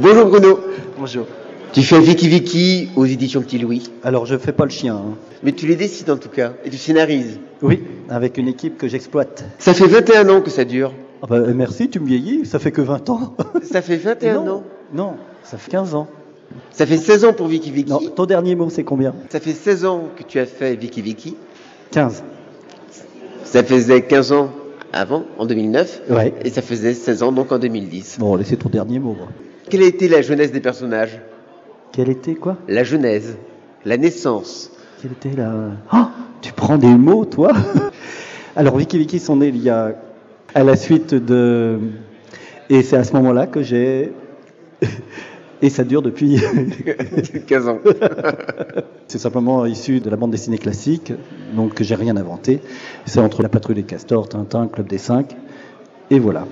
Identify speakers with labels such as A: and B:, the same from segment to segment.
A: Bonjour Bruno.
B: Bonjour.
A: Tu fais Vicky Vicky aux éditions Petit Louis.
B: Alors, je fais pas le chien. hein.
A: Mais tu les décides en tout cas et tu scénarises.
B: Oui, avec une équipe que j'exploite.
A: Ça fait 21 ans que ça dure.
B: Ah bah, euh, merci, tu me vieillis, ça fait que 20 ans.
A: Ça fait 21 ans.
B: non, ça fait 15 ans.
A: Ça fait 16 ans pour Vicky Vicky.
B: Non, ton dernier mot, c'est combien
A: Ça fait 16 ans que tu as fait Vicky Vicky.
B: 15.
A: Ça faisait 15 ans avant, en 2009.
B: Ouais.
A: Et ça faisait 16 ans donc en 2010.
B: Bon, allez, c'est ton dernier mot. moi.
A: Quelle a été la jeunesse des personnages
B: Quelle était quoi
A: La genèse, la naissance.
B: Quelle était la. Ah Tu prends des mots, toi Alors, Vicky Vicky sont nés il y a. à la suite de. Et c'est à ce moment-là que j'ai. Et ça dure depuis
A: 15 ans.
B: C'est simplement issu de la bande dessinée classique, donc que j'ai rien inventé. C'est entre La Patrouille des Castors, Tintin, Club des Cinq, et voilà.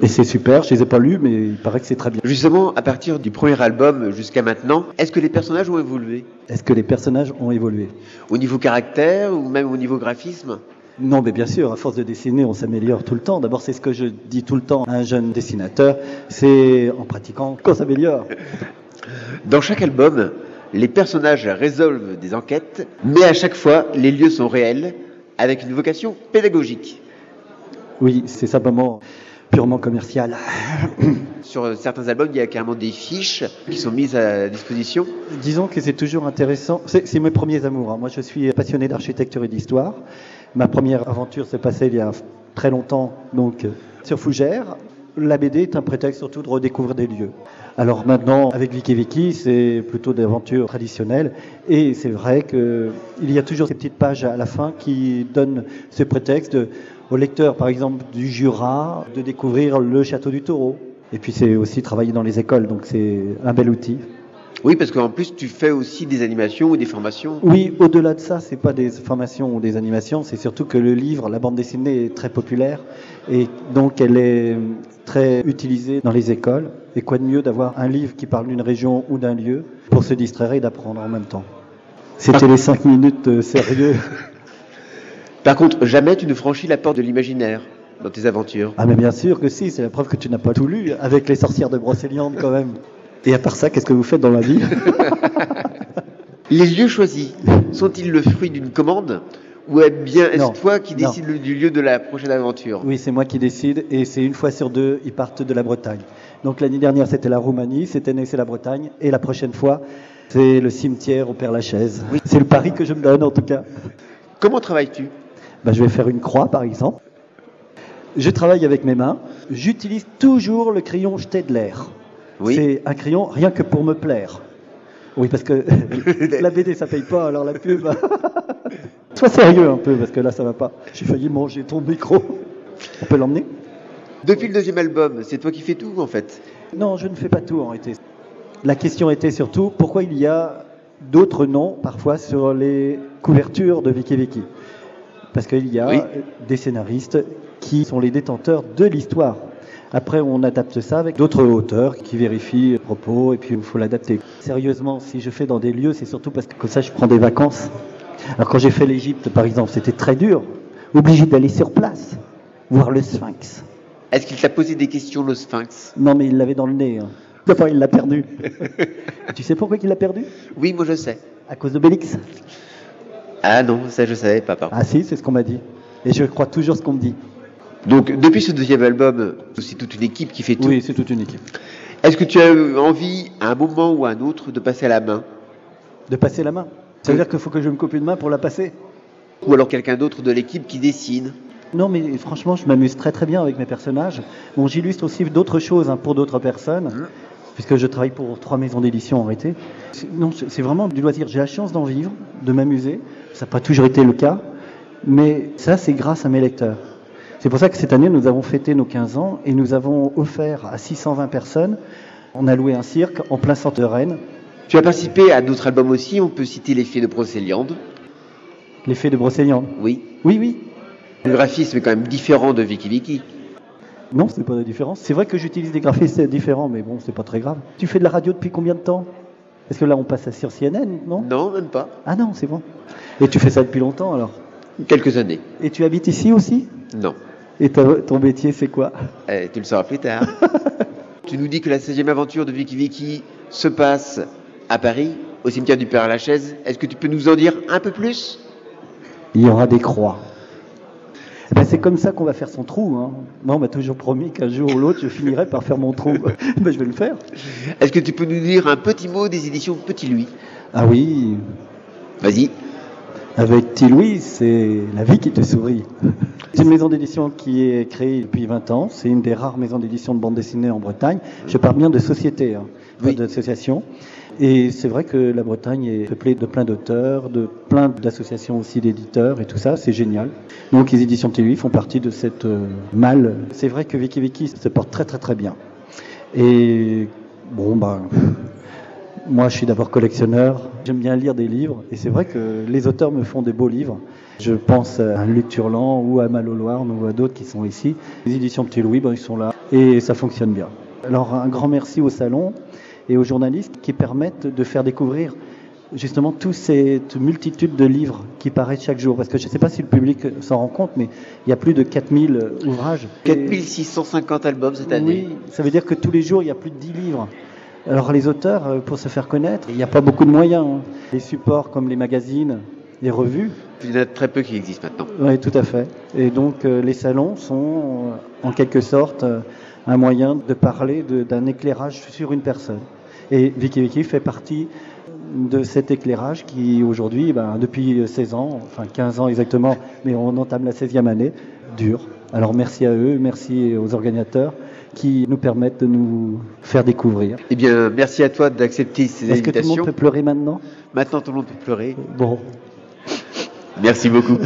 B: Et c'est super, je les ai pas lus, mais il paraît que c'est très bien.
A: Justement, à partir du premier album jusqu'à maintenant, est-ce que les personnages ont évolué
B: Est-ce que les personnages ont évolué
A: Au niveau caractère ou même au niveau graphisme
B: Non, mais bien sûr, à force de dessiner, on s'améliore tout le temps. D'abord, c'est ce que je dis tout le temps à un jeune dessinateur, c'est en pratiquant qu'on s'améliore.
A: Dans chaque album, les personnages résolvent des enquêtes, mais à chaque fois, les lieux sont réels, avec une vocation pédagogique.
B: Oui, c'est simplement purement commercial.
A: Sur certains albums, il y a carrément des fiches qui sont mises à disposition.
B: Disons que c'est toujours intéressant. C'est c'est mes premiers amours. hein. Moi, je suis passionné d'architecture et d'histoire. Ma première aventure s'est passée il y a très longtemps, donc euh, sur Fougères. La BD est un prétexte surtout de redécouvrir des lieux. Alors maintenant, avec Vicky Vicky, c'est plutôt des aventures traditionnelles. Et c'est vrai qu'il y a toujours ces petites pages à la fin qui donnent ce prétexte de- au lecteur, par exemple, du Jura, de découvrir le château du taureau. Et puis c'est aussi travailler dans les écoles, donc c'est un bel outil.
A: Oui, parce qu'en plus, tu fais aussi des animations ou des formations.
B: Oui, au-delà de ça, c'est pas des formations ou des animations, c'est surtout que le livre, la bande dessinée est très populaire et donc elle est euh, très utilisée dans les écoles. Et quoi de mieux d'avoir un livre qui parle d'une région ou d'un lieu pour se distraire et d'apprendre en même temps. C'était les cinq minutes euh, sérieux.
A: Par contre, jamais tu ne franchis la porte de l'imaginaire dans tes aventures.
B: Ah mais bien sûr que si, c'est la preuve que tu n'as pas tout lu avec les sorcières de Brocéliande quand même. Et à part ça, qu'est-ce que vous faites dans la vie
A: Les lieux choisis sont-ils le fruit d'une commande ou eh bien
B: Non.
A: est-ce toi qui
B: Non.
A: décides le- du lieu de la prochaine aventure
B: Oui, c'est moi qui décide et c'est une fois sur deux, ils partent de la Bretagne. Donc l'année dernière, c'était la Roumanie, cette année, c'est la Bretagne et la prochaine fois, c'est le cimetière au Père-Lachaise. C'est le pari que je me donne en tout cas.
A: Comment travailles-tu
B: Ben, je vais faire une croix par exemple. Je travaille avec mes mains. J'utilise toujours le crayon jeté de l'air.
A: Oui.
B: C'est un crayon rien que pour me plaire. Oui, parce que la BD ça paye pas, alors la pub. Sois sérieux un peu, parce que là ça va pas. J'ai failli manger ton micro. On peut l'emmener
A: Depuis le deuxième album, c'est toi qui fais tout en fait.
B: Non, je ne fais pas tout en réalité. La question était surtout pourquoi il y a d'autres noms parfois sur les couvertures de Vicky Vicky. Parce qu'il y a
A: Oui.
B: des scénaristes qui sont les détenteurs de l'histoire. Après, on adapte ça avec d'autres auteurs qui vérifient le propos et puis il faut l'adapter. Sérieusement, si je fais dans des lieux, c'est surtout parce que comme ça, je prends des vacances. Alors quand j'ai fait l'Égypte, par exemple, c'était très dur. Obligé d'aller sur place, voir le Sphinx.
A: Est-ce qu'il t'a posé des questions, le Sphinx
B: Non, mais il l'avait dans le nez. hein. Enfin, il l'a perdu. tu sais pourquoi il l'a perdu
A: Oui, moi je sais.
B: À cause d'Obélix
A: Ah non, ça je savais pas, pardon.
B: Ah si, c'est ce qu'on m'a dit. Et je crois toujours ce qu'on me dit.
A: Donc depuis ce deuxième album, c'est toute une équipe qui fait tout.
B: c'est toute une équipe.
A: Est-ce que tu as eu envie, à un moment ou à un autre, de passer à la main
B: De passer la main. Ça veut dire qu'il faut que je me coupe une main pour la passer
A: Ou alors quelqu'un d'autre de l'équipe qui dessine
B: Non, mais franchement, je m'amuse très très bien avec mes personnages. Bon, j'illustre aussi d'autres choses hein, pour d'autres personnes, puisque je travaille pour trois maisons d'édition en réalité. C'est- Non, c'est c'est vraiment du loisir. J'ai la chance d'en vivre, de m'amuser. Ça n'a pas toujours été le cas, mais ça, c'est grâce à mes lecteurs. C'est pour ça que cette année, nous avons fêté nos 15 ans et nous avons offert à 620 personnes, on a loué un cirque en plein centre de Rennes,
A: Tu as participé à d'autres albums aussi, on peut citer Les Filles de Brocéliande.
B: l'effet de Brocéliande.
A: Oui.
B: Oui, oui,
A: Le graphisme est quand même différent de Vicky Vicky.
B: Non, c'est pas la différence. C'est vrai que j'utilise des graphistes différents, mais bon, c'est pas très grave. Tu fais de la radio depuis combien de temps Parce que là, on passe sur CNN, non
A: Non, même pas.
B: Ah non, c'est bon. Et tu fais ça depuis longtemps alors
A: Quelques années.
B: Et tu habites ici aussi
A: Non.
B: Et ta- ton métier, c'est quoi
A: Eh, tu le sauras plus tard. Tu nous dis que la 16e aventure de Vicky Vicky se passe à Paris, au cimetière du Père-Lachaise. Est-ce que tu peux nous en dire un peu plus
B: Il y aura des croix. Eh ben, c'est comme ça qu'on va faire son trou. Hein. Moi, on m'a toujours promis qu'un jour ou l'autre, je finirais par faire mon trou. ben, je vais le faire.
A: Est-ce que tu peux nous dire un petit mot des éditions Petit Louis
B: Ah oui,
A: Vas-y.
B: avec T. Louis, c'est la vie qui te sourit. C'est une maison d'édition qui est créée depuis 20 ans. C'est une des rares maisons d'édition de bande dessinée en Bretagne. Je parle bien de société, hein, pas
A: Oui.
B: d'association. Et c'est vrai que la Bretagne est peuplée de plein d'auteurs, de plein d'associations aussi d'éditeurs et tout ça, c'est génial. Donc les éditions T. Louis font partie de cette euh, malle. C'est vrai que Vicky Vicky se porte très très très bien. Et bon, ben, moi je suis d'abord collectionneur, j'aime bien lire des livres, et c'est vrai que les auteurs me font des beaux livres. Je pense à Luc Turland ou à Malo Loarn ou à d'autres qui sont ici. Les éditions Petit Louis, ben, ils sont là, et ça fonctionne bien. Alors un grand merci au salon et aux journalistes qui permettent de faire découvrir justement toute cette multitude de livres qui paraissent chaque jour. Parce que je ne sais pas si le public s'en rend compte, mais il y a plus de 4000 ouvrages. Et-
A: 4650 albums cette année.
B: oui, ça veut dire que tous les jours, il y a plus de 10 livres. Alors les auteurs, euh, pour se faire connaître, il n'y a pas beaucoup de moyens. hein. Les supports comme les magazines, les revues,
A: Il y en a très peu qui existent maintenant.
B: oui, tout à fait. Et donc euh, les salons sont euh, en quelque sorte euh, un moyen de parler de- d'un éclairage sur une personne. Et Vicky Vicky fait partie de cet éclairage qui aujourd'hui, ben, depuis 16 ans, enfin 15 ans exactement, mais on entame la 16e année, dure. Alors merci à eux, merci aux organisateurs qui nous permettent de nous faire découvrir.
A: Eh bien, merci à toi d'accepter ces
B: Est-ce que tout le
A: invitations.
B: monde peut pleurer maintenant
A: Maintenant, tout le monde peut pleurer.
B: Bon,
A: Merci beaucoup.